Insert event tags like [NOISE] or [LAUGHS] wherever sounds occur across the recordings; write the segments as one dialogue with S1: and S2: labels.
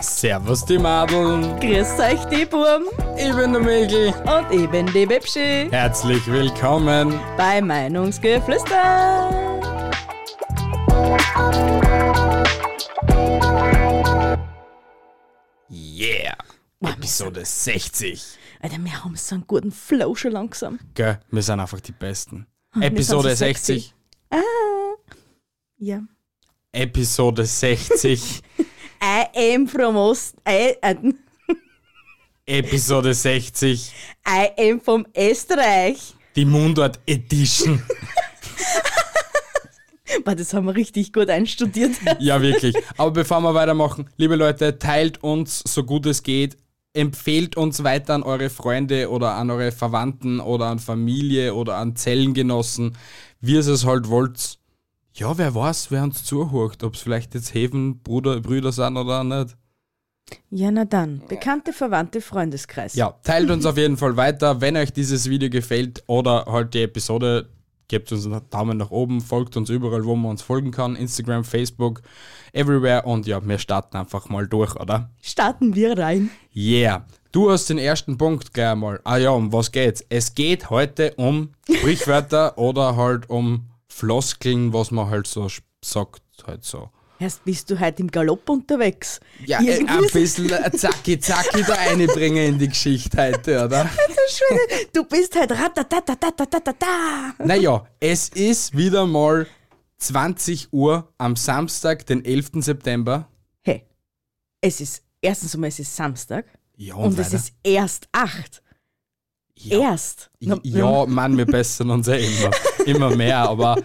S1: Servus die Madeln,
S2: Grüß euch, die Burm.
S1: ich bin der Mägel.
S2: Und ich bin die Bibschi
S1: Herzlich willkommen.
S2: bei Meinungsgeflüster.
S1: Yeah. Episode 60.
S2: Alter, wir haben so einen guten Flow schon langsam.
S1: Gell, wir sind einfach die Besten.
S2: Ah, wir
S1: Episode
S2: sind so sexy.
S1: 60.
S2: Ja.
S1: Episode 60.
S2: I am from Ost. I, äh,
S1: Episode 60.
S2: I am vom Österreich.
S1: Die Mundart Edition.
S2: Boah, das haben wir richtig gut einstudiert.
S1: Ja, wirklich. Aber bevor wir weitermachen, liebe Leute, teilt uns so gut es geht. Empfehlt uns weiter an eure Freunde oder an eure Verwandten oder an Familie oder an Zellengenossen, wie ihr es halt wollt. Ja, wer weiß, wer uns zuhört, ob es vielleicht jetzt Hefen, Bruder, Brüder sind oder nicht.
S2: [LAUGHS] ja, na dann. Bekannte, Verwandte, Freundeskreis.
S1: Ja, teilt uns auf jeden Fall weiter, wenn euch dieses Video gefällt oder halt die Episode. Gebt uns einen Daumen nach oben, folgt uns überall, wo man uns folgen kann. Instagram, Facebook, everywhere. Und ja, wir starten einfach mal durch, oder?
S2: Starten wir rein.
S1: Yeah. Du hast den ersten Punkt gleich einmal. Ah ja, um was geht's? Es geht heute um
S2: [LAUGHS]
S1: Sprichwörter oder halt um Floskeln, was man halt so sch- sagt, halt so.
S2: Erst bist du heute im Galopp unterwegs.
S1: Ja, äh,
S2: Irgendwie
S1: ein
S2: ist- [LAUGHS]
S1: bisschen zacki zacki da einbringen in die Geschichte heute,
S2: [LAUGHS]
S1: oder?
S2: Entschuldige, Du bist halt ratatatatatatatata.
S1: Naja, es ist wieder mal 20 Uhr am Samstag, den 11. September.
S2: Hey, es ist, erstens einmal, es ist Samstag
S1: Ja,
S2: und, es
S1: weiter.
S2: ist erst acht.
S1: ja,
S2: Erst. Na,
S1: ja, Mann, wir bessern uns ja
S2: [LAUGHS]
S1: immer, immer mehr, aber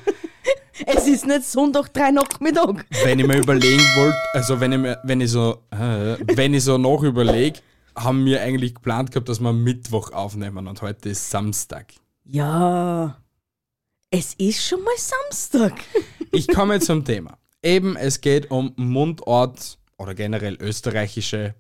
S2: Es ist nicht Sonntag, drei Nachmittag.
S1: wenn ich mir überlegen wollte, also wenn ich mir, wenn ich so, äh, wenn ich so noch überlege, haben wir eigentlich geplant gehabt, dass wir Mittwoch aufnehmen und heute ist Samstag.
S2: Ja, es ist schon mal Samstag.
S1: Ich komme zum Thema. Eben, es geht um Mundort oder generell österreichische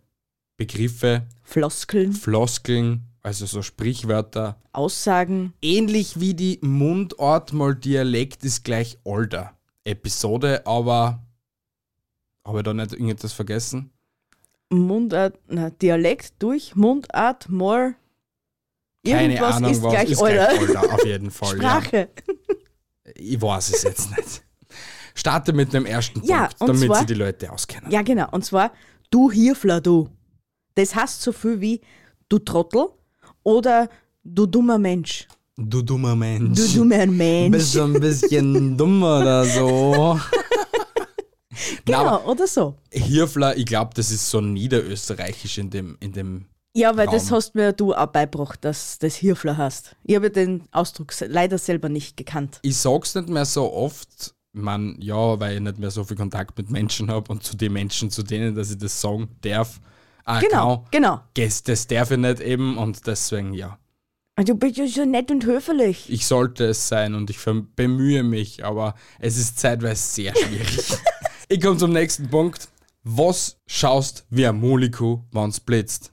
S1: Begriffe,
S2: Floskeln,
S1: Floskeln, also so Sprichwörter.
S2: Aussagen.
S1: Ähnlich wie die Mundart mal Dialekt ist gleich Older Episode, aber habe ich da nicht irgendetwas vergessen?
S2: Mundart, na, Dialekt durch, Mundart, more.
S1: Keine
S2: Irgendwas
S1: Ahnung,
S2: ist
S1: was
S2: gleich
S1: ist
S2: Alter.
S1: gleich Older, auf jeden Fall.
S2: Sprache.
S1: Ja. Ich weiß es jetzt nicht. Starte mit dem ersten
S2: Ja,
S1: Punkt,
S2: und
S1: damit
S2: zwar-
S1: sie die Leute auskennen.
S2: Ja, genau. Und zwar, du Hirfler, du. Das heißt so viel wie du Trottel oder du dummer Mensch.
S1: Du dummer Mensch.
S2: Du dummer Mensch.
S1: Bist du ein bisschen dumm oder so? Na,
S2: Genau, oder so.
S1: Hirfler, ich glaube, das ist so niederösterreichisch in dem, in dem
S2: Ja, weil das
S1: Raum.
S2: hast mir du auch beigebracht, dass das Hirfler hast. Ich habe den Ausdruck se- leider selber nicht gekannt.
S1: ich sag's nicht mehr so oft. Man, ja, weil ich nicht mehr so viel Kontakt mit Menschen habe und zu den Menschen, zu denen, dass ich das sagen darf. Ah,
S2: Genau,
S1: genau.
S2: genau.
S1: Das, das darf ich nicht eben und deswegen, ja.
S2: Und Ah, Du bist ja so nett und höflich.
S1: Ich sollte es sein und ich verm- bemühe mich, aber es ist zeitweise sehr schwierig. ich komme zum nächsten Punkt. Was schaust wie ein Muliku, wenn's blitzt?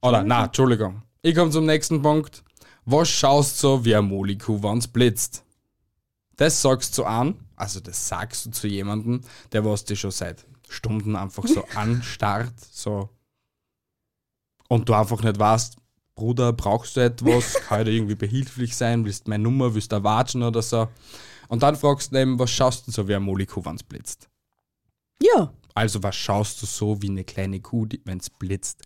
S1: Oder, na, Entschuldigung. Ich komme zum nächsten Punkt. Was schaust so wie ein Muliku, wenn's blitzt? Das sagst du an, also das sagst du zu jemandem, der was dich schon seit Stunden einfach so anstarrt, so. Und du einfach nicht weißt, Bruder, brauchst du etwas? [LAUGHS] Kann ich dir irgendwie behilflich sein? Willst du meine Nummer? Willst du da watschen oder so? Und dann fragst du eben, was schaust du so wie ein Molekuh, wenn's blitzt?
S2: Ja.
S1: Also, was schaust du so wie eine kleine Kuh, die- wenn's blitzt?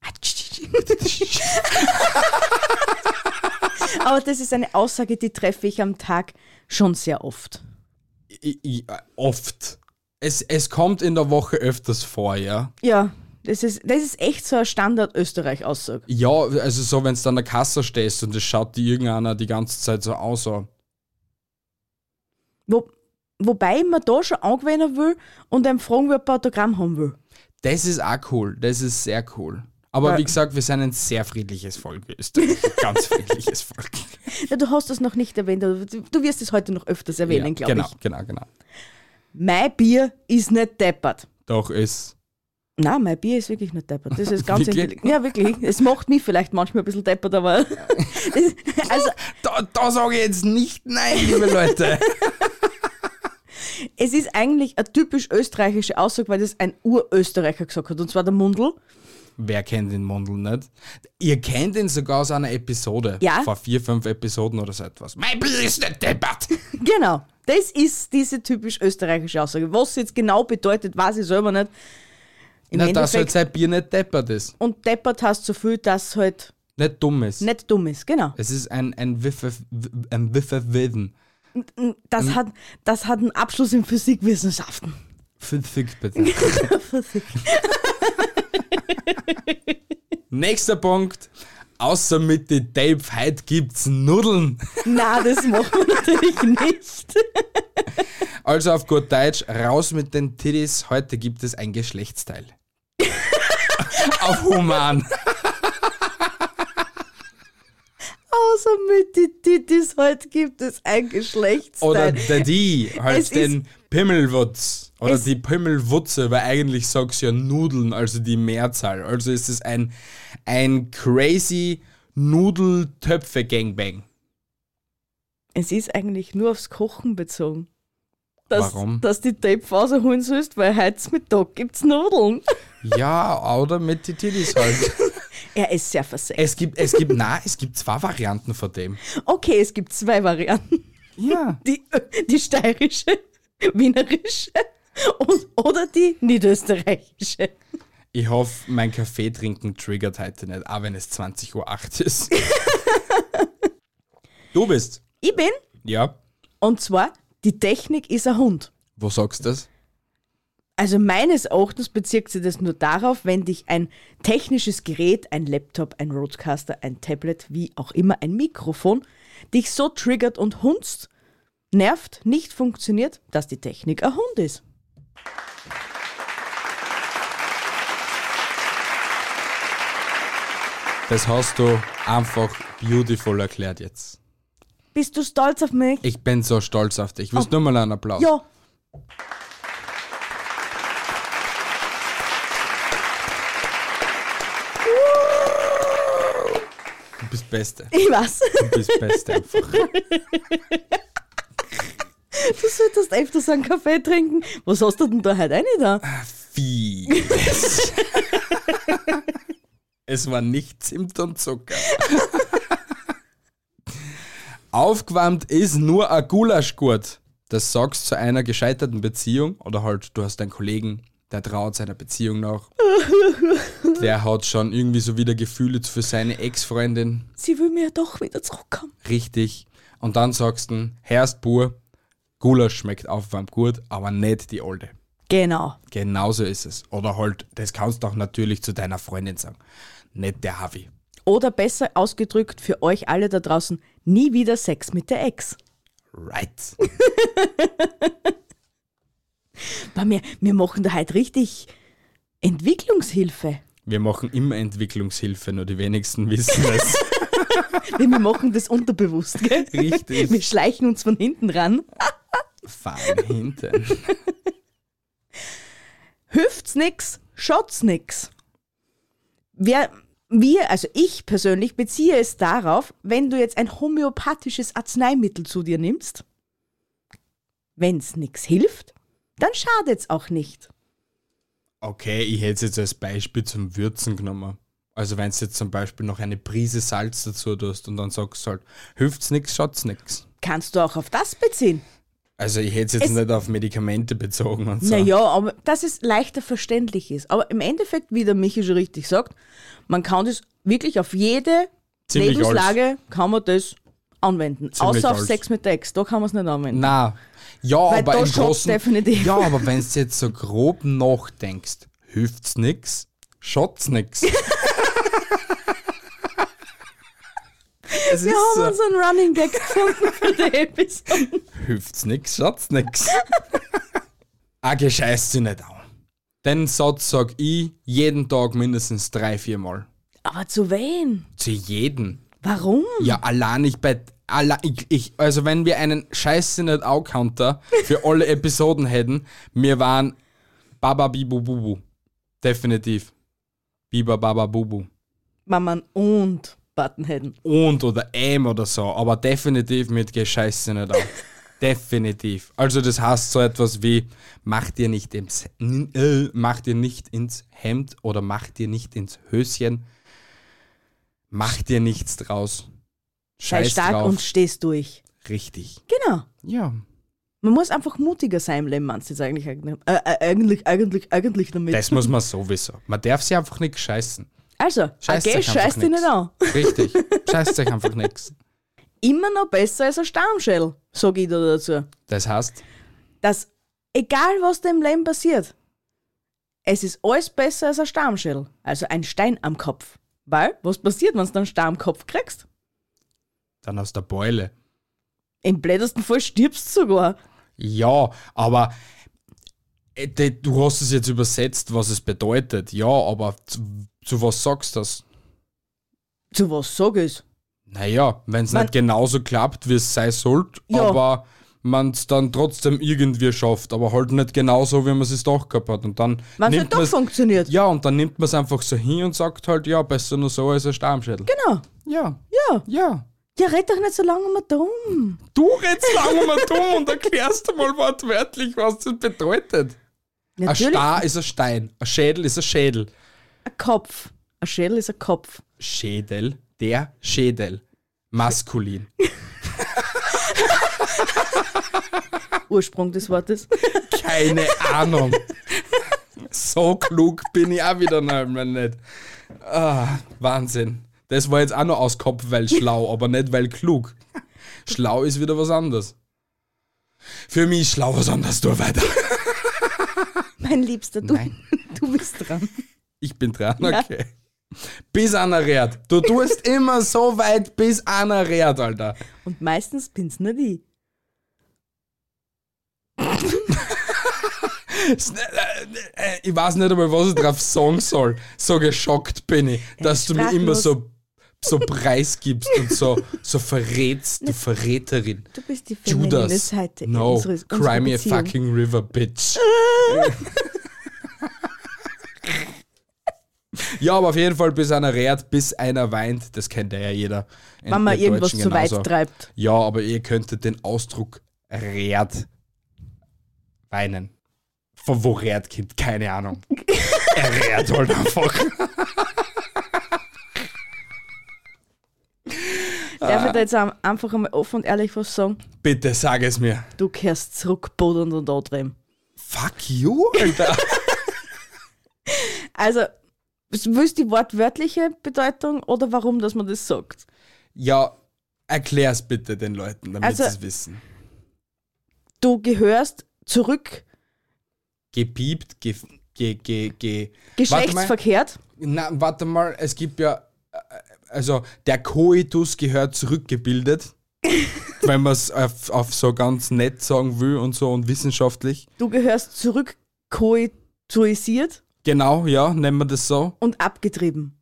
S2: Ah, [LAUGHS] Aber das ist eine Aussage, die treffe ich am Tag schon sehr oft.
S1: I- i- äh, Oft. Es, es kommt in der Woche öfters vor, ja?
S2: Ja, das ist, das ist echt so eine Standard-Österreich-Aussage.
S1: Ja, also so, wenn du an der Kasse stehst und es schaut dir irgendeiner die ganze Zeit so aus, so,
S2: Wo, wobei ich mir da schon angewöhnen will und einem fragen will, ob er ein Autogramm haben will.
S1: Das ist auch cool. Das ist sehr cool. Aber
S2: Weil-
S1: wie gesagt, wir sind ein sehr friedliches Volk. Österreich. Ganz
S2: [LAUGHS]
S1: friedliches Volk.
S2: Ja, du hast es noch nicht erwähnt, aber du du wirst es heute noch öfters erwähnen,
S1: ja,
S2: glaube
S1: genau,
S2: ich.
S1: genau, genau.
S2: Mein Bier ist nicht deppert.
S1: Doch, es.
S2: Nein, mein Bier ist wirklich nicht deppert. Das ist ganz
S1: Wirklich?
S2: intelligent. Ja, wirklich. Es macht mich vielleicht manchmal ein bisschen deppert, aber. [LAUGHS] Das, also,
S1: Da, da sage ich jetzt nicht nein, liebe
S2: [LAUGHS]
S1: Leute.
S2: es ist eigentlich eine typisch österreichische Aussage, weil das ein Urösterreicher gesagt hat, und zwar der Mundl.
S1: Wer kennt den Mundl nicht? Ihr kennt ihn sogar aus einer Episode.
S2: Ja.
S1: Vor vier, fünf Episoden oder so etwas. Mein Bier ist nicht deppert.
S2: Genau. Das ist diese typisch österreichische Aussage. Was sie jetzt genau bedeutet, weiß ich selber nicht. Im
S1: Na, dass halt
S2: Endeffekt,
S1: sein Bier nicht deppert ist.
S2: und deppert hast so viel, dass halt
S1: Nicht dumm ist.
S2: nicht dumm ist, genau.
S1: Es ist ein, ein Wiffe, ein Wiffe Wilden. Hm?
S2: Das hat, das hat einen Abschluss in Physikwissenschaften.
S1: Physik bitte. Nächster Punkt. Außer mit den Tape, heute gibt's Nudeln.
S2: [LAUGHS] Na, das machen wir natürlich nicht.
S1: Also auf gut Deutsch, raus mit den Titties, heute gibt es ein
S2: [LAUGHS]
S1: Geschlechtsteil. auf human.
S2: Außer mit die Titis, heute gibt es ein
S1: Oder
S2: Geschlechtsteil.
S1: der die,
S2: Es
S1: halt
S2: ist-
S1: den Pimmelwutz. Oder
S2: Es-
S1: die Pimmelwutze, weil eigentlich sagst du ja Nudeln, also die Mehrzahl. Also ist es ein, ein crazy Nudeltöpfe-Gangbang.
S2: es ist eigentlich nur aufs Kochen bezogen. Dass,
S1: Warum?
S2: Dass die Tape rausholen sollst, weil heute Mittag gibt's Nudeln.
S1: Ja, oder mit die Titties halt.
S2: [LAUGHS] Er ist sehr versenkt.
S1: es gibt, es gibt, na, es gibt zwei Varianten von dem.
S2: Okay, es gibt zwei Varianten.
S1: Ja.
S2: Die, die steirische, wienerische und, oder die niederösterreichische.
S1: Ich hoffe, mein Kaffee trinken triggert heute nicht, auch wenn es 20.08 Uhr ist. du bist.
S2: Ich bin,
S1: Ja.
S2: und zwar, die Technik ist ein Hund.
S1: Wo sagst du das?
S2: Also meines Erachtens bezirkt sich das nur darauf, wenn dich ein technisches Gerät, ein Laptop, ein Roadcaster, ein Tablet, wie auch immer, ein Mikrofon, dich so triggert und hunzt, nervt, nicht funktioniert, dass die Technik ein Hund ist.
S1: Das hast du einfach beautiful erklärt jetzt.
S2: Bist du stolz auf mich?
S1: Ich bin so stolz auf dich. Willst du nur mal einen Applaus?
S2: Ja.
S1: Du bist Beste.
S2: Ich weiß, [LAUGHS]
S1: Du bist Beste einfach.
S2: du solltest öfters einen Kaffee trinken. Was hast du denn da heute rein da?
S1: Vieles. [LAUGHS] es war nicht Zimt und Zucker. Aufgewärmt ist nur ein Gulaschgurt. Das sagst zu einer gescheiterten Beziehung oder halt, du hast einen Kollegen, der traut seiner Beziehung nach. Der hat schon irgendwie so wieder Gefühle für seine Ex-Freundin.
S2: Sie will mir doch wieder zurückkommen.
S1: Richtig. Und dann sagst du, Herst pur, Gulasch schmeckt aufwärmt gut, aber nicht die alte.
S2: Genau.
S1: Genauso ist es. Oder halt, das kannst du auch natürlich zu deiner Freundin sagen. Nicht der Havi.
S2: Oder besser ausgedrückt für euch alle da draußen, nie wieder Sex mit der Ex.
S1: Right.
S2: Bei mir, wir machen da halt richtig Entwicklungshilfe.
S1: Wir machen immer Entwicklungshilfe, nur die wenigsten wissen es.
S2: Wir wir machen das unterbewusst, gell? Wir
S1: [LAUGHS] Richtig.
S2: schleichen uns von hinten ran.
S1: Fahren hinten.
S2: Hüft's nix, schaut's nix. Wer, wir, also ich persönlich, beziehe es darauf, wenn du jetzt ein homöopathisches Arzneimittel zu dir nimmst, wenn's nix hilft, dann schadet's auch nicht.
S1: Okay, ich hätte es jetzt als Beispiel zum Würzen genommen. Also wenn du jetzt zum Beispiel noch eine Prise Salz dazu tust und dann sagst du halt, hilft's nix, schaut's nix.
S2: Kannst du auch auf das beziehen?
S1: Also ich hätte es jetzt
S2: Es-
S1: nicht auf Medikamente bezogen und so.
S2: Naja, aber dass es leichter verständlich ist. Aber im Endeffekt, wie der Michi schon richtig sagt, man kann das wirklich auf jede
S1: Ziemlich
S2: Lebenslage kann man das anwenden.
S1: Ziemlich
S2: Außer auf
S1: alles.
S2: Sex mit der Ex, da kann man es nicht anwenden.
S1: Na, ja,
S2: Weil
S1: aber
S2: da
S1: im
S2: schaut's
S1: Großen.
S2: definitiv.
S1: Ja, aber wenn du jetzt so grob nachdenkst, hilft's nix, schaut's
S2: [LAUGHS]
S1: nix. es
S2: Wir
S1: ist
S2: haben
S1: so,
S2: uns einen Running Gag gefunden für die Episode. [LAUGHS]
S1: hilft's nix, schaut's nix. Ah, gescheißt sie nicht an. Den Satz sag ich jeden Tag mindestens drei, viermal.
S2: Aber zu wen?
S1: Zu jedem.
S2: Warum?
S1: Ja, allein ich bei. Allein ich, ich, also, wenn wir einen scheiß nicht au counter für alle Episoden hätten, wir waren Baba Bibu Bubu. Definitiv. Biba Baba Bubu.
S2: Maman und Buttonheaden.
S1: Und oder M oder so, aber definitiv mit Gescheiße nicht
S2: [LAUGHS]
S1: au. definitiv. Also, das heißt so etwas wie: Mach dir nicht ins, n- äh, mach dir nicht ins Hemd oder mach dir nicht ins Höschen. Mach dir nichts draus.
S2: Sei
S1: Scheiß
S2: stark
S1: drauf.
S2: und stehst durch.
S1: Richtig.
S2: Genau.
S1: Ja.
S2: Man muss einfach mutiger sein im Leben, meinst du jetzt eigentlich, eigentlich, äh, äh, eigentlich, eigentlich, eigentlich damit.
S1: Das muss man sowieso. Man darf sie einfach nicht scheißen.
S2: also,
S1: Scheißt
S2: okay,
S1: euch einfach
S2: scheiß dich
S1: nix.
S2: nicht an. [LAUGHS]
S1: Richtig. Scheißt euch einfach nichts.
S2: Immer noch besser als ein Stammschell, sage ich da dazu.
S1: Das heißt,
S2: Dass, egal was dir im Leben passiert, es ist alles besser als ein Stammschell. Also ein Stein am Kopf. Weil, was passiert, wenn du einen Stein am Kopf kriegst?
S1: dann aus der Beule.
S2: Im blödesten Fall stirbst du sogar.
S1: Ja, aber äh, de- du hast es jetzt übersetzt, was es bedeutet. Ja, aber zu, zu was sagst du das?
S2: Zu was sag ich's?
S1: Naja, wenn es
S2: Man-
S1: nicht genauso klappt, wie es sein sollte,
S2: Ja.
S1: aber man es dann trotzdem irgendwie schafft, aber halt nicht genauso, wie man es doch gehabt hat. Und dann
S2: Wenn es
S1: nimmt
S2: halt doch
S1: man's-
S2: funktioniert.
S1: Ja, und dann nimmt man es einfach so hin und sagt halt, ja, besser nur so als ein Stammschädel.
S2: Genau.
S1: Ja,
S2: Ja.
S1: ja.
S2: Ja, red doch nicht so lange mal dumm.
S1: Du redst lang um und dumm und erklärst mal wortwörtlich, was das bedeutet. Ein
S2: Natürlich, ein,
S1: Star ist ein Stein, ein Schädel ist ein Schädel.
S2: Kopf. Ein Schädel ist ein Kopf.
S1: Schädel, der Schädel. Maskulin.
S2: Ursprung
S1: [LAUGHS]
S2: des Wortes.
S1: Keine Ahnung. So klug bin ich auch wieder mal nicht. Ah, Wahnsinn. Das war jetzt auch noch aus Kopf, weil schlau, aber nicht weil klug. Schlau ist wieder was anderes. Für mich ist schlau was anderes, du weiter.
S2: Mein Liebster, du,
S1: Nein.
S2: [LAUGHS] du bist dran.
S1: Ich bin dran, okay. Bis einer rät. Du tust immer so weit, bis einer rät, Alter.
S2: Und meistens bin's nicht ich.
S1: S- äh, äh, Ich weiß nicht einmal, was ich drauf sagen soll. So geschockt bin ich, dass du mir
S2: Äh, sprachlos.
S1: immer so, so preisgibst und so, so verrätst,
S2: Ne.
S1: du Verräterin.
S2: Du bist die feminine
S1: Judas.
S2: Seite
S1: No,
S2: unseres, unserer
S1: cry me a
S2: Beziehung.
S1: fucking river,
S2: [LAUGHS]
S1: bitch. ja, aber auf jeden Fall, bis einer rät, bis einer weint, das kennt ja jeder. In-
S2: Wenn man
S1: in
S2: irgendwas
S1: Deutschen
S2: zu weit
S1: genauso.
S2: treibt.
S1: Ja, aber ihr könntet den Ausdruck Rät weinen. Von wo Rät kommt, keine [LAUGHS] Ahnung. er rät halt einfach. Ah.
S2: Darf ich da jetzt am- einfach einmal offen und ehrlich was sagen?
S1: Bitte sag es mir.
S2: Du kehrst zurück, bodelnd und andrehen.
S1: Fuck you, Alter.
S2: Also, willst du die wortwörtliche Bedeutung oder warum, dass man das sagt?
S1: [LAUGHS] ja, erklär's bitte den Leuten, damit
S2: Also-
S1: sie es wissen.
S2: Du gehörst zurück,
S1: Gepiept, ge, ge, ge, ge. Warte mal.
S2: geschlechtsverkehrt.
S1: Na, warte mal, es gibt ja. äh, Also, der Koitus gehört [LAUGHS] zurückgebildet. wenn man es auf, auf so ganz nett sagen will und so und wissenschaftlich.
S2: Du gehörst zurück, koituisiert
S1: Genau, ja, nennen wir das so.
S2: und abgetrieben.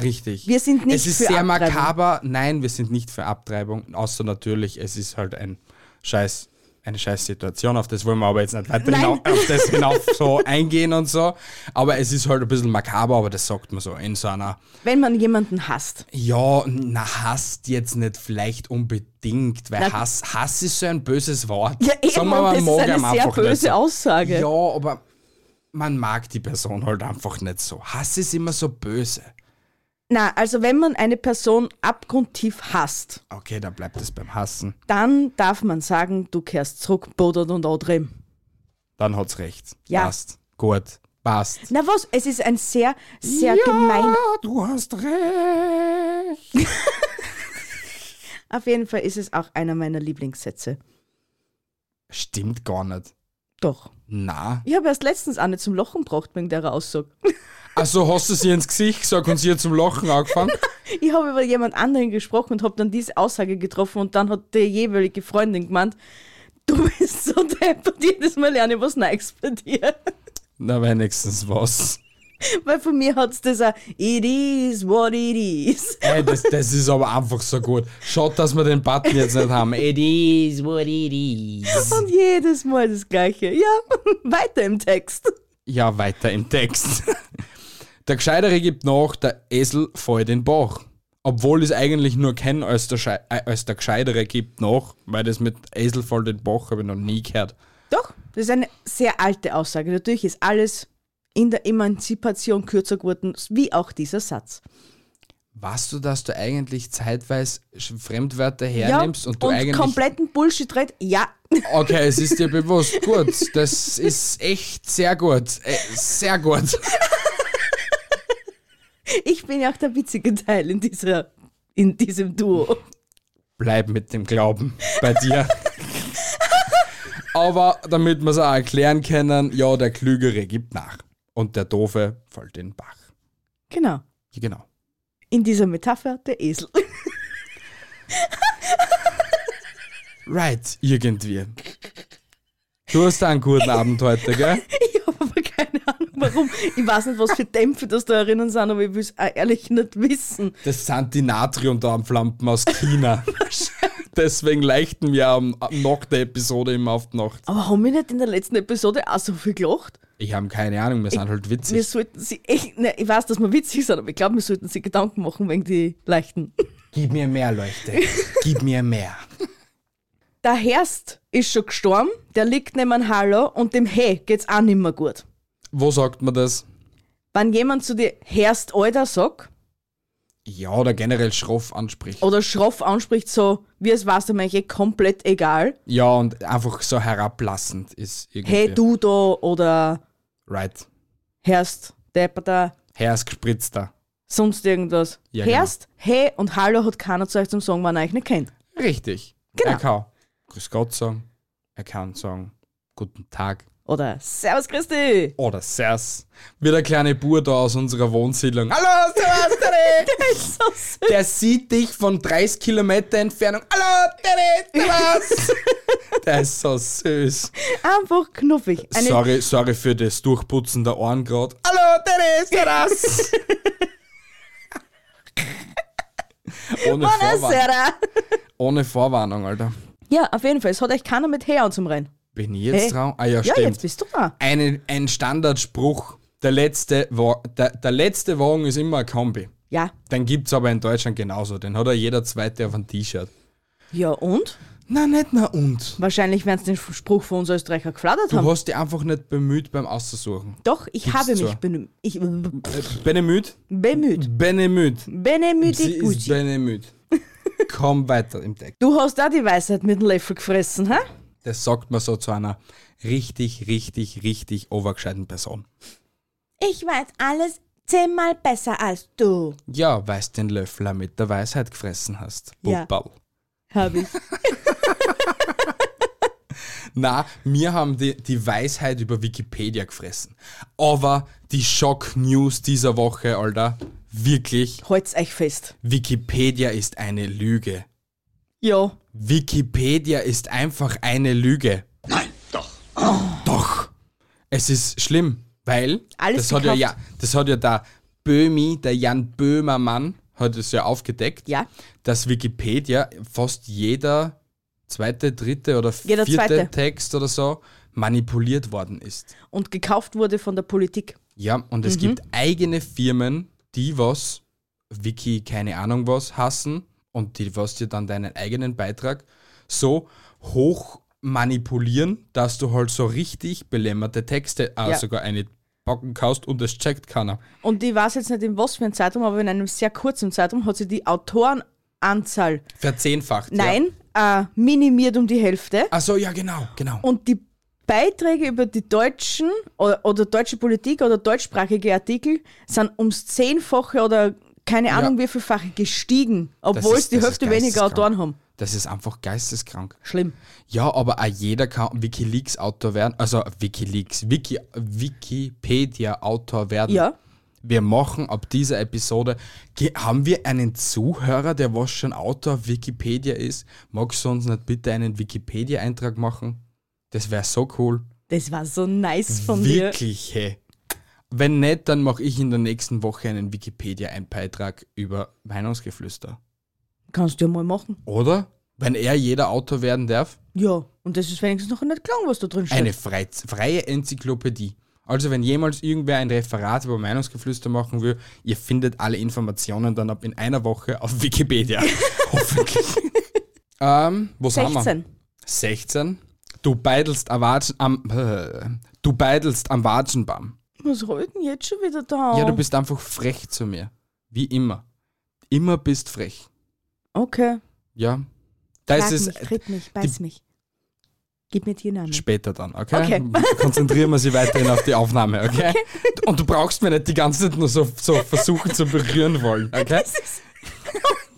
S1: Richtig.
S2: Wir sind nicht
S1: es ist
S2: für
S1: sehr
S2: Abtreibung.
S1: makaber. Nein, wir sind nicht für Abtreibung. Außer natürlich, es ist halt ein Scheiß, eine Scheißsituation. Auf das wollen wir aber jetzt nicht weiter
S2: Nein.
S1: hinau- auf das hinauf so eingehen und so. Aber es ist halt ein bisschen makaber, aber das sagt man so in so einer
S2: Wenn man jemanden hasst.
S1: ja, na, hasst jetzt nicht vielleicht unbedingt, weil
S2: Na-
S1: Hass, Hass ist so ein böses Wort.
S2: Ja, eben,
S1: Sagen wir mal,
S2: das ist
S1: mag ich
S2: eine
S1: am
S2: sehr
S1: Anfang nicht
S2: böse
S1: so.
S2: Aussage.
S1: Ja, aber man mag die Person halt einfach nicht so. Hass ist immer so böse.
S2: Na, also wenn man eine Person abgrundtief hasst,
S1: Okay, dann bleibt es beim Hassen.
S2: dann darf man sagen, du kehrst zurück, bodert und Odrim.
S1: Dann hat's recht.
S2: Ja.
S1: Passt. Gut. Passt.
S2: Na was, es ist ein sehr, sehr gemeiner.
S1: du hast recht.
S2: Auf jeden Fall ist es auch einer meiner Lieblingssätze.
S1: Stimmt gar nicht.
S2: Doch.
S1: Na.
S2: Ich habe erst letztens eine zum Lochen gebracht wegen der Aussage.
S1: Also hast du sie ins Gesicht gesagt und sie hat zum Lachen
S2: [LAUGHS]
S1: angefangen?
S2: Ich habe über jemand anderen gesprochen und habe dann diese Aussage getroffen und dann hat die jeweilige Freundin gemeint, du bist so deppert, jedes Mal lerne ich was Neues bei dir. [LAUGHS]
S1: Na, wenigstens was.
S2: Weil von mir hat's das auch, it is what it is.
S1: Ey, das, das ist aber einfach so gut. Schaut, dass wir den Button jetzt nicht haben. It is what it is.
S2: Und jedes Mal das Gleiche. Ja, [LAUGHS] weiter im Text.
S1: Ja, weiter im Text. [LAUGHS] Der Gescheitere gibt nach, der Esel fällt in den Bach. Obwohl es eigentlich nur kein als der, Schei- äh, als der Gescheitere gibt nach, weil das mit Esel fällt in den Bach habe ich noch nie gehört.
S2: Doch, das ist eine sehr alte Aussage. Natürlich ist alles in der Emanzipation kürzer geworden, wie auch dieser Satz.
S1: Weißt du, dass du eigentlich zeitweise Sch- Fremdwörter hernimmst und du eigentlich.
S2: kompletten Bullshit redet, ja. [LAUGHS]
S1: Okay, es ist dir bewusst. Gut, das ist echt sehr gut. Äh, sehr gut.
S2: Ich bin ja auch der witzige Teil in, dieser, in diesem Duo.
S1: bleib mit dem Glauben bei dir. Aber damit wir es auch erklären können, ja, der Klügere gibt nach und der Doofe fällt in den Bach.
S2: Genau.
S1: Ja, genau.
S2: In dieser Metapher der Esel. [LAUGHS]
S1: Right, irgendwie. Du hast einen guten Abend heute, gell?
S2: Ich habe aber keine Ahnung warum. Ich weiß nicht, was für Dämpfe das da drinnen sind, aber ich will es ehrlich nicht wissen.
S1: Das sind die Natriumdarmflampen aus China. Deswegen leichten wir am, nach der Episode immer auf die Nacht.
S2: Aber haben wir nicht in der letzten Episode auch so viel gelacht?
S1: Ich habe keine Ahnung, wir sind halt
S2: Wir
S1: witzig.
S2: sollten sie echt. Ne, ich weiß, dass wir witzig sind, aber ich glaube, wir sollten sie Gedanken machen wegen die leichten.
S1: Gib mir mehr, Leute. Gib mir mehr.
S2: Der Herst ist schon gestorben, der liegt neben einem Hallo und dem He geht's auch nimmer gut.
S1: Wo sagt man das?
S2: Wenn jemand zu dir Herst Alter sagt
S1: Ja, oder generell schroff anspricht.
S2: oder schroff anspricht, so wie es war's dem eigentlich eh komplett egal,
S1: Ja, und einfach so herablassend ist irgendwie.
S2: Hey du da oder
S1: Right.
S2: Herst Depperter,
S1: Herr ist gespritzter.
S2: sonst irgendwas.
S1: Ja, genau.
S2: Herst, He und Hallo hat keiner zu euch zum Sagen, wenn er euch nicht kennt.
S1: Richtig.
S2: Genau.
S1: Er kann Grüß Gott sagen. Er kann sagen Guten Tag.
S2: Oder Servus Christi!
S1: Oder Servus. Wie der kleine Bur da aus unserer Wohnsiedlung. Hallo, Servus,
S2: [LAUGHS]
S1: Tere.
S2: Das ist so süß.
S1: Der sieht dich von 30 Kilometer Entfernung. Hallo, Tere,
S2: [LAUGHS]
S1: Servus. Der ist so süß.
S2: Einfach knuffig. Eine
S1: Sorry, sorry für das Durchputzen der Ohren gerade. Hallo, Tere, Servus. Ohne Vorwand.
S2: Buonasera!
S1: Ohne Vorwarnung, Alter.
S2: Ja, auf jeden Fall. Es hat euch keiner mit her und zum Rennen.
S1: Bin ich jetzt
S2: Hey.
S1: dran? Ah ja,
S2: Ja, jetzt
S1: stimmt.
S2: bist du da.
S1: Eine, ein Standardspruch. Der letzte, Wa- der, der letzte Wagen ist immer ein Kombi.
S2: Ja.
S1: Den gibt's aber in Deutschland genauso. Den hat ja jeder zweite auf ein T-Shirt.
S2: Ja und?
S1: Na, nicht na und.
S2: Wahrscheinlich werden sie den Spruch von uns Österreicher geflattert
S1: Du
S2: haben.
S1: hast dich einfach nicht bemüht beim Auszusuchen.
S2: Doch, ich habe
S1: so.
S2: mich bemüht. Ich,
S1: Äh, Benemüht?
S2: bemüht.
S1: Benemüht. Sie
S2: Benemütig
S1: ist
S2: Gucci.
S1: benemüht. Komm weiter im Text.
S2: Du hast da die Weisheit mit dem Löffel gefressen, hä?
S1: Das sagt man so zu einer richtig, richtig, richtig overgescheiten Person.
S2: Ich weiß alles zehnmal besser als du.
S1: Ja, weil's den Löffler mit der Weisheit gefressen hast.
S2: Ja.
S1: Bubberl.
S2: Hab ich.
S1: Na, mir haben die, die Weisheit über Wikipedia gefressen. Aber die Schock-News dieser Woche, Alter, wirklich,
S2: Halt's euch fest.
S1: Wikipedia ist eine Lüge.
S2: Ja.
S1: Wikipedia ist einfach eine Lüge. Nein, doch. Doch. Es ist schlimm, weil
S2: Alles
S1: das hat ja, ja,
S2: gekauft.
S1: das hat ja der Böhmi, der Jan Böhmermann, hat es ja aufgedeckt,
S2: Ja.
S1: dass Wikipedia fast jeder zweite, dritte oder
S2: Jeder
S1: vierte
S2: zweite.
S1: Text oder so manipuliert worden ist.
S2: Und gekauft wurde von der Politik.
S1: Ja, und
S2: Mhm.
S1: es gibt eigene Firmen, die was Wiki keine Ahnung was hassen und die was dir dann deinen eigenen Beitrag so hoch manipulieren, dass du halt so richtig belämmerte Texte äh,
S2: Ja.
S1: sogar eine packen kannst und es checkt keiner.
S2: Und ich weiß jetzt nicht, in was für ein Zeitraum, aber in einem sehr kurzen Zeitraum hat sich die Autorenanzahl,
S1: Verzehnfacht. Ja.
S2: nein, äh, minimiert um die Hälfte.
S1: Achso, ja, genau, genau.
S2: und die Beiträge über die deutschen oder, oder deutsche Politik oder deutschsprachige Artikel sind ums Zehnfache oder keine Ahnung wie vielfache gestiegen, obwohl
S1: ist-
S2: es die
S1: das ist
S2: Hälfte weniger
S1: geisteskrank. Hm.
S2: Autoren haben.
S1: Das ist einfach geisteskrank.
S2: Schlimm.
S1: Ja, aber auch jeder kann Wikileaks-Autor werden, also Wikileaks, Wiki, Wikipedia-Autor werden.
S2: Ja.
S1: Wir machen ab dieser Episode, ge- haben wir einen Zuhörer, der was schon Autor auf Wikipedia ist? Magst du uns nicht bitte einen Wikipedia-Eintrag machen? Das wäre so cool.
S2: Das war so nice von dir.
S1: Wirklich, hä? Wenn nicht, dann mache ich in der nächsten Woche einen Wikipedia-Einbeitrag über Meinungsgeflüster.
S2: Kannst du ja mal machen.
S1: Oder? Wenn er jeder Autor werden darf.
S2: Ja, und das ist wenigstens noch nicht klar, was da drin steht.
S1: Eine frei, freie Enzyklopädie. Also wenn jemals irgendwer ein Referat über Meinungsgeflüster machen will, ihr findet alle Informationen dann ab in einer Woche auf Wikipedia. Hoffentlich. ähm, wo sind wir?
S2: 16.
S1: 16. Du beidelst am, Watschen, am, äh, du beidelst am Watschenbaum.
S2: Was rollt denn jetzt schon wieder da?
S1: Ja, du bist einfach frech zu mir. Wie immer. Immer bist frech.
S2: Okay.
S1: Ja. Da ist
S2: Schlag
S1: es
S2: mich, tritt mich, beiß mich. Gib mir Tiernamen.
S1: später dann, okay?
S2: Okay.
S1: [LAUGHS] Konzentrieren wir sie weiterhin auf die Aufnahme, okay? Und du brauchst mir nicht die ganze Zeit nur so, so versuchen zu berühren wollen,
S2: [LAUGHS]
S1: okay?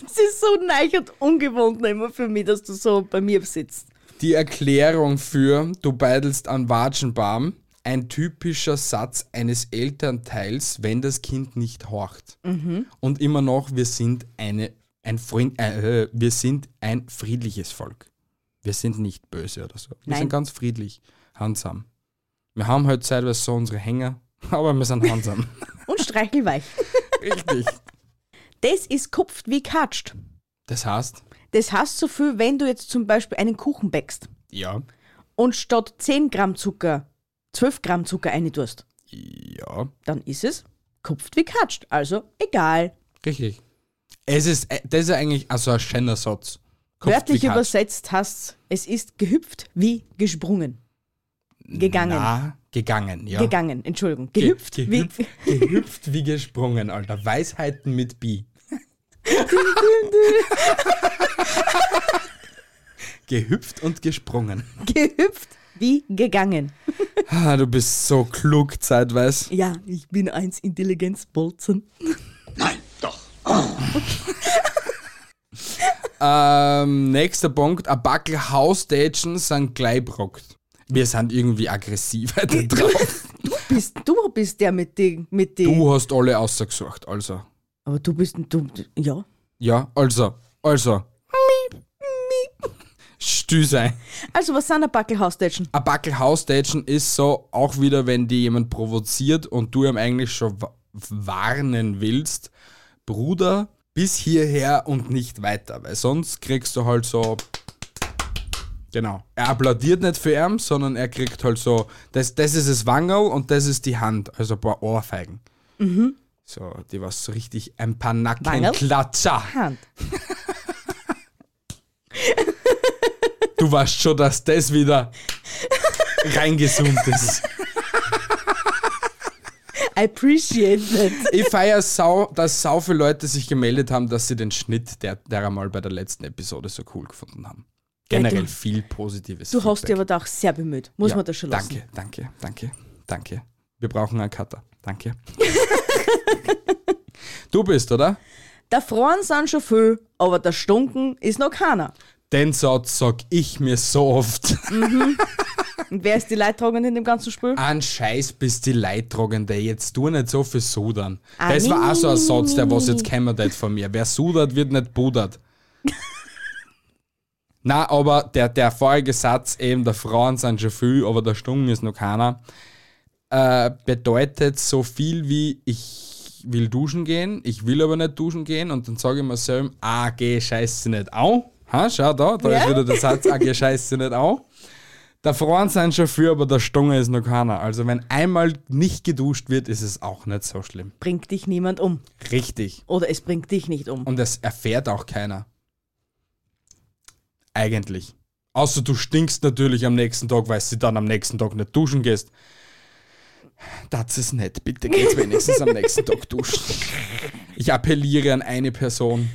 S2: Es ist so neu und ungewohnt immer für mich, dass du so bei mir sitzt.
S1: Die Erklärung für Du beidelst an Watschenbaum, ein typischer Satz eines Elternteils, wenn das Kind nicht horcht.
S2: Mhm.
S1: Und immer noch, wir sind, eine, ein Freund, äh, äh, wir sind ein friedliches Volk. Wir sind nicht böse oder so. Wir
S2: Nein.
S1: sind ganz friedlich, handsam. Wir haben halt zeitweise so unsere Hänger, [LAUGHS] aber wir sind handsam.
S2: Und streichelweich.
S1: Richtig.
S2: Das ist kupft wie katscht.
S1: Das heißt,
S2: Das heißt so viel, wenn du jetzt zum Beispiel einen Kuchen backst
S1: ja,
S2: und statt 10 Gramm Zucker 12 Gramm Zucker reintust,
S1: ja,
S2: dann ist es kupft wie katscht. Also egal.
S1: richtig. Es ist, äh, das ist eigentlich also ein schöner Satz. Kopf
S2: Wörtlich
S1: gekatscht.
S2: übersetzt hast es ist gehüpft wie gesprungen. Gegangen.
S1: Na, Ah, gegangen, ja.
S2: Gegangen, Entschuldigung.
S1: Ge-
S2: Gehüpft,
S1: gehüpft,
S2: wie.
S1: gehüpft wie gesprungen, Alter. Weisheiten mit
S2: [LAUGHS]
S1: Bi. gehüpft und gesprungen.
S2: [LAUGHS] Gehüpft wie gegangen.
S1: Ah, du bist so klug zeitweise.
S2: Ja, ich bin eins Intelligenzbolzen.
S1: Ähm, nächster Punkt. Ein Backel Hausstädchen sind gleichbrockt. Wir sind irgendwie aggressiv
S2: [LAUGHS]
S1: heute drauf.
S2: Bist, du bist der mit den. Mit den
S1: Du hast alle ausgesucht, also.
S2: Aber du bist ein. Du, ja.
S1: Ja, also, also. Stü sein.
S2: Also, was sind ein Backelhaustätschen?
S1: ein Backel Hausdatschen ist so auch wieder, wenn dir jemand provoziert und du ihm eigentlich schon wa- warnen willst, Bruder, bis hierher und nicht weiter, weil sonst kriegst du halt so. Genau. Er applaudiert nicht für ihn, sondern er kriegt halt so, das, das ist das Wangerl und das ist die Hand, also ein paar Ohrfeigen. So, die war so richtig ein paar
S2: Wangerl?
S1: Nackenklatscher.
S2: Hand.
S1: Du weißt schon, dass das wieder reingezoomt ist.
S2: I [LAUGHS] appreciate that.
S1: Ich feiere sau, dass sau viele Leute sich gemeldet haben, dass sie den Schnitt der, der einmal bei der letzten Episode so cool gefunden haben. Generell
S2: Ja, du-
S1: viel Positives.
S2: Du hast dich
S1: Feedback.
S2: aber da auch sehr bemüht. Muss
S1: Ja,
S2: man das schon lassen.
S1: Danke, danke, danke, danke. Wir brauchen einen Cutter.
S2: [LAUGHS]
S1: Danke. du bist, oder?
S2: Der Frauen sind schon viel, aber der Stunken ist noch keiner.
S1: Den Satz sag ich mir so oft.
S2: Und wer ist die Leidtragende in dem ganzen Spiel?
S1: An Scheiß bist die Leidtragende. Jetzt tu nicht so viel Sudern.
S2: Ah,
S1: das
S2: nee,
S1: war auch so ein
S2: nee,
S1: Satz,
S2: nee,
S1: der
S2: nee,
S1: was
S2: Ah, nee.
S1: jetzt kämmert hat von mir. Wer sudert, wird nicht
S2: [LAUGHS]
S1: budert. Na, aber der, der vorige Satz eben, der Frauen sind schon viel, aber der Stungen ist noch keiner, äh, bedeutet so viel wie ich will duschen gehen, ich will aber nicht duschen gehen und dann sage ich mir selber, ah, geh scheiße nicht auf. Ha, schau da, da ist
S2: Ja.
S1: wieder der Satz, ah, geh scheiße nicht auf. Der Frauen sind schon viel, aber der Stunge ist noch keiner. Also wenn einmal nicht geduscht wird, ist es auch nicht so schlimm.
S2: Bringt dich niemand um.
S1: Richtig.
S2: Oder es bringt dich nicht um.
S1: Und das erfährt auch keiner. Eigentlich. Außer du stinkst natürlich am nächsten Tag, weil du dann am nächsten Tag nicht duschen gehst. Das ist nett. Bitte geht's wenigstens am nächsten Tag duschen. Ich appelliere an eine Person.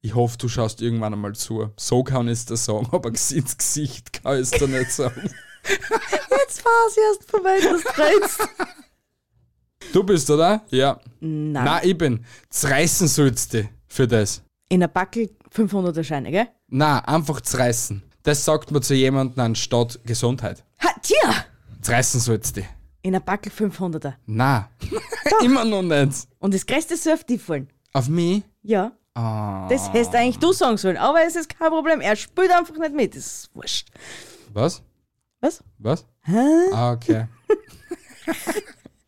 S1: Ich hoffe, du schaust irgendwann einmal zu. So kann ich es dir sagen, aber ins Gesicht kann ich es dir nicht sagen.
S2: Jetzt fahr's erst vorbei, das reizt.
S1: Du bist, oder? Ja.
S2: Nein.
S1: Na, ich bin. Zreißen sollst du für das.
S2: [LAUGHS] In der Backel 500er Scheine, gell?
S1: Na, einfach zreißen. Das sagt man zu jemandem anstatt Gesundheit.
S2: Ha, tja!
S1: Zreißen sollst du.
S2: In der Backel 500er.
S1: Na, [LAUGHS] immer noch nicht.
S2: Und das größte surf fallen.
S1: Auf mich? Ah.
S2: Ja. Das hättest eigentlich du sagen sollen, aber es ist kein Problem. Er spielt einfach nicht mit. Das ist wurscht.
S1: Was?
S2: Was?
S1: Was? Ah, okay.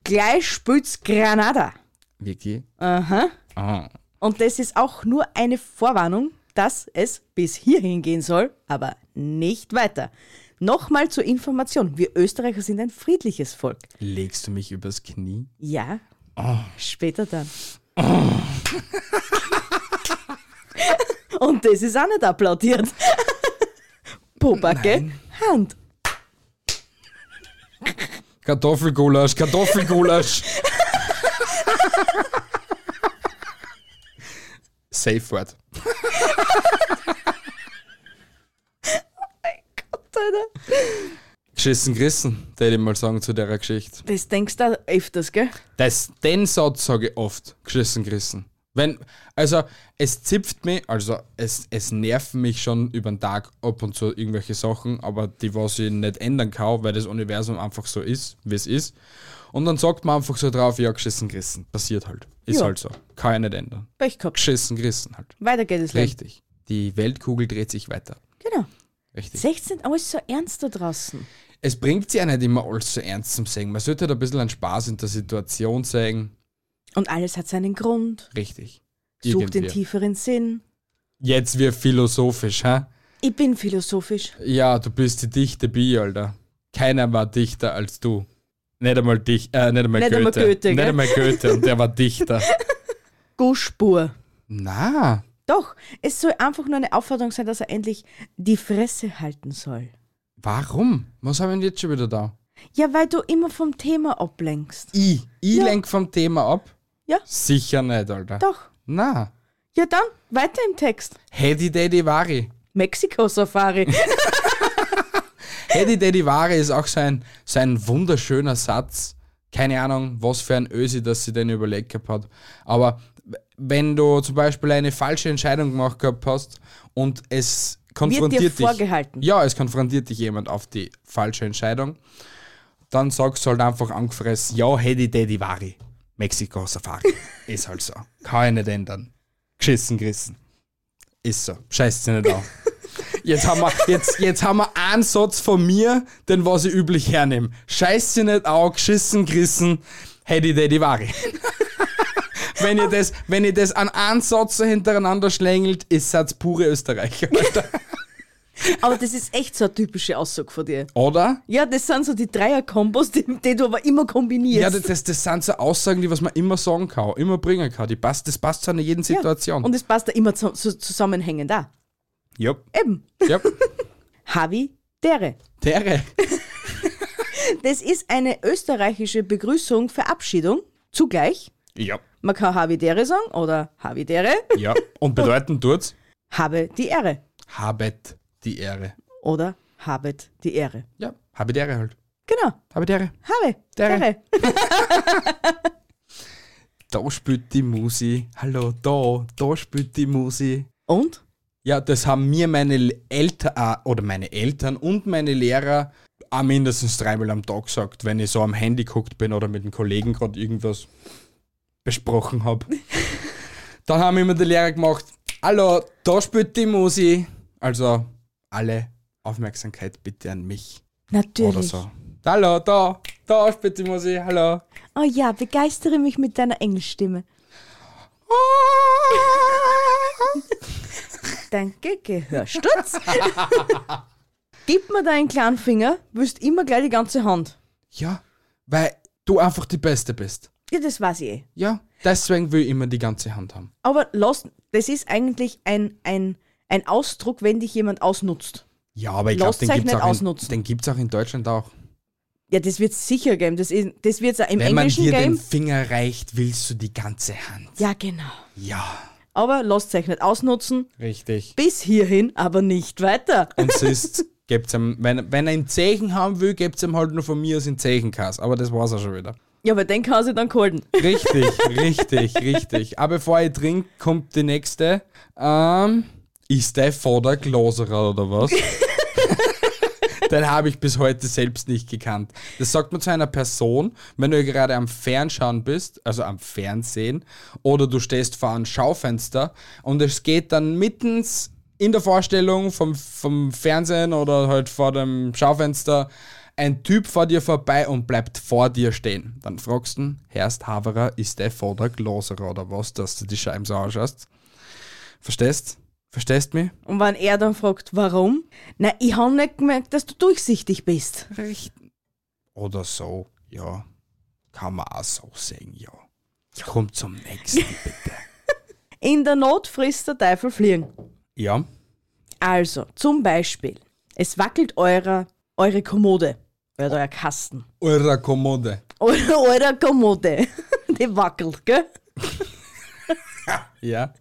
S2: Gleich spielt's Granada.
S1: Vicky?
S2: Aha.
S1: Ah.
S2: Und das ist auch nur eine Vorwarnung, dass es bis hierhin gehen soll, aber nicht weiter. Nochmal zur Information. Wir Österreicher sind ein friedliches Volk.
S1: Legst du mich übers Knie?
S2: Ja. Später dann. Und das ist auch nicht applaudiert. Pobacke, Hand.
S1: Kartoffelgulasch, Kartoffelgulasch. Safe Word.
S2: Gott, Alter.
S1: Geschissen gerissen, würde ich mal sagen zu der Geschichte.
S2: Das denkst du auch öfters, gell?
S1: Das, den Satz sage ich oft. Geschissen gerissen. Wenn, also, es zipft mich, also, es, es nerven mich schon über den Tag ab und zu irgendwelche Sachen, aber die, was ich nicht ändern kann, weil das Universum einfach so ist, wie es ist. Und dann sagt man einfach so drauf, ja, geschissen gerissen. Passiert halt. Ist
S2: Ja.
S1: halt so. Kann ich nicht ändern.
S2: Pech gehabt.
S1: Geschissen gerissen halt.
S2: Weiter geht es Leben.
S1: Richtig. Die Weltkugel dreht sich weiter.
S2: Genau.
S1: Richtig.
S2: 16, alles so ernst da draußen.
S1: Es bringt sie ja nicht immer alles so ernst zum Singen. Man sollte halt ein bisschen einen Spaß in der Situation sehen.
S2: Und alles hat seinen Grund.
S1: Richtig.
S2: Sucht den
S1: Irgendwie.
S2: tieferen Sinn.
S1: Jetzt wir philosophisch, hä?
S2: Ich bin philosophisch.
S1: Ja, du bist die dichte Bi, Alter. Keiner war dichter als du. Nicht einmal dich, äh, nicht einmal
S2: Nicht
S1: Goethe.
S2: einmal Goethe,
S1: nicht
S2: gell?
S1: einmal Goethe und der war dichter.
S2: Go-Spur.
S1: [LAUGHS] Na,
S2: Doch, es soll einfach nur eine Aufforderung sein, dass er endlich die Fresse halten soll.
S1: warum? Was haben wir denn jetzt schon wieder da?
S2: Ja, weil du immer vom Thema ablenkst.
S1: Ich, ich
S2: Ja.
S1: lenk vom Thema ab?
S2: Ja.
S1: Sicher nicht, Alter.
S2: Doch.
S1: Na,
S2: Ja, dann weiter im Text.
S1: Hedy Daddy Wari.
S2: Mexiko-Safari.
S1: [LAUGHS] Eddie Daddy Ware ist auch so ein, so ein wunderschöner Satz. Keine Ahnung, was für ein Ösi, dass sie den überlegt gehabt hat. Aber wenn du zum Beispiel eine falsche Entscheidung gemacht gehabt hast und es konfrontiert dich.
S2: vorgehalten.
S1: Ja, es konfrontiert dich jemand auf die falsche Entscheidung, dann sagst du halt einfach angefressen, ja, Hedy Daddy Ware. Mexiko Safari. ist halt so. Kann ich nicht ändern. Geschissen gerissen. Ist so. Scheißt sie nicht an. Jetzt haben, wir, jetzt, jetzt haben wir einen Satz von mir, den was ich üblich hernehme. Scheiß sie nicht auf, geschissen, gerissen, hätte daddy Ware. [LAUGHS] wenn, ihr das, wenn ihr das an einen Satz so hintereinander schlängelt, ist das pure Österreicher. Alter.
S2: Aber das ist echt so eine typische Aussage von dir.
S1: Oder?
S2: Ja, das sind so die Dreier-Kombos, die, die du aber immer kombinierst.
S1: Ja, das, das, das sind so Aussagen, die was man immer sagen kann, immer bringen kann. Die passt, das passt zu einer jeden
S2: Ja.
S1: Situation.
S2: Und es passt da immer zu, so zusammenhängend da.
S1: Ja.
S2: Eben.
S1: Ja.
S2: Havi dere.
S1: Tere.
S2: Das ist eine österreichische Begrüßung, Verabschiedung zugleich.
S1: Ja.
S2: Man kann Havi dere sagen oder Havi dere,
S1: Ja. Und bedeuten tut's?
S2: habe die Ehre
S1: Habet die Ehre.
S2: oder habet die Ehre.
S1: Ja. Habe die Ehre halt.
S2: Genau,
S1: Habe die Ehre.
S2: habe
S1: Dere.
S2: dere.
S1: da spielt die Musi. Hallo, da, da spielt die Musi.
S2: Und
S1: Ja, das haben mir meine Eltern äh, oder meine Eltern und meine Lehrer auch mindestens dreimal am Tag gesagt, wenn ich so am Handy geguckt bin oder mit einem Kollegen gerade irgendwas besprochen habe. Dann haben immer die Lehrer gemacht, hallo, da spielt die Musi. Also alle Aufmerksamkeit bitte an mich.
S2: natürlich.
S1: Oder so. Hallo, da, da spielt die Musi, hallo.
S2: Oh ja, begeistere mich mit deiner Engelstimme. Danke, Gehörsturz.
S1: [LAUGHS]
S2: Gib mir deinen kleinen Finger, willst immer gleich die ganze Hand.
S1: Ja, weil du einfach die Beste bist.
S2: Ja, das weiß ich eh.
S1: Ja, deswegen will ich immer die ganze Hand haben.
S2: Aber lass, das ist eigentlich ein, ein, ein Ausdruck, wenn dich jemand ausnutzt.
S1: Ja, aber ich glaube, den
S2: Lasst euch
S1: gibt es
S2: nicht
S1: auch, in-
S2: ausnutzen.
S1: den gibt's auch in Deutschland auch.
S2: Ja, das wird sicher geben. Das, ist- das wird es im
S1: Wenn man
S2: Englischen
S1: dir den
S2: geben.
S1: Finger reicht, willst du die ganze Hand.
S2: Ja, genau.
S1: Ja,
S2: Aber lasst euch nicht ausnutzen.
S1: richtig.
S2: Bis hierhin, aber nicht weiter.
S1: Und sonst [LAUGHS] gibt's ihm, wenn, wenn er einen Zeichen haben will, gibt's ihm halt nur von mir aus einen Zeichenkass. Aber das war's auch schon wieder.
S2: Ja, aber den kann sie dann golden.
S1: [LAUGHS] Richtig, richtig, richtig. Aber bevor ich trinke, kommt die nächste. Ähm, ist dein Vater Glaserer oder was? Den habe ich bis heute selbst nicht gekannt. Das sagt man zu einer Person, wenn du gerade am Fernschauen bist, also am Fernsehen, oder du stehst vor einem Schaufenster und es geht dann mittens in der Vorstellung vom, vom Fernsehen oder halt vor dem Schaufenster ein Typ vor dir vorbei und bleibt vor dir stehen. Dann fragst du ihn, Herrst Haverer, ist der vor der Gloserer oder was, dass du die Scheiben so anschaust? Verstehst? Verstehst mich?
S2: Und wenn er dann fragt, warum? Na, ich habe nicht gemerkt, dass du durchsichtig bist.
S1: Oder so, ja. Kann man auch so sehen, ja. Komm zum nächsten, bitte.
S2: In der Not frisst der Teufel fliegen.
S1: [LAUGHS] ja,
S2: Also, zum Beispiel, es wackelt eurer, eure Kommode. Oder euer Kasten. [LAUGHS]
S1: eurer Kommode.
S2: Oder eure Kommode. [LAUGHS] Die wackelt, gell?
S1: Ja.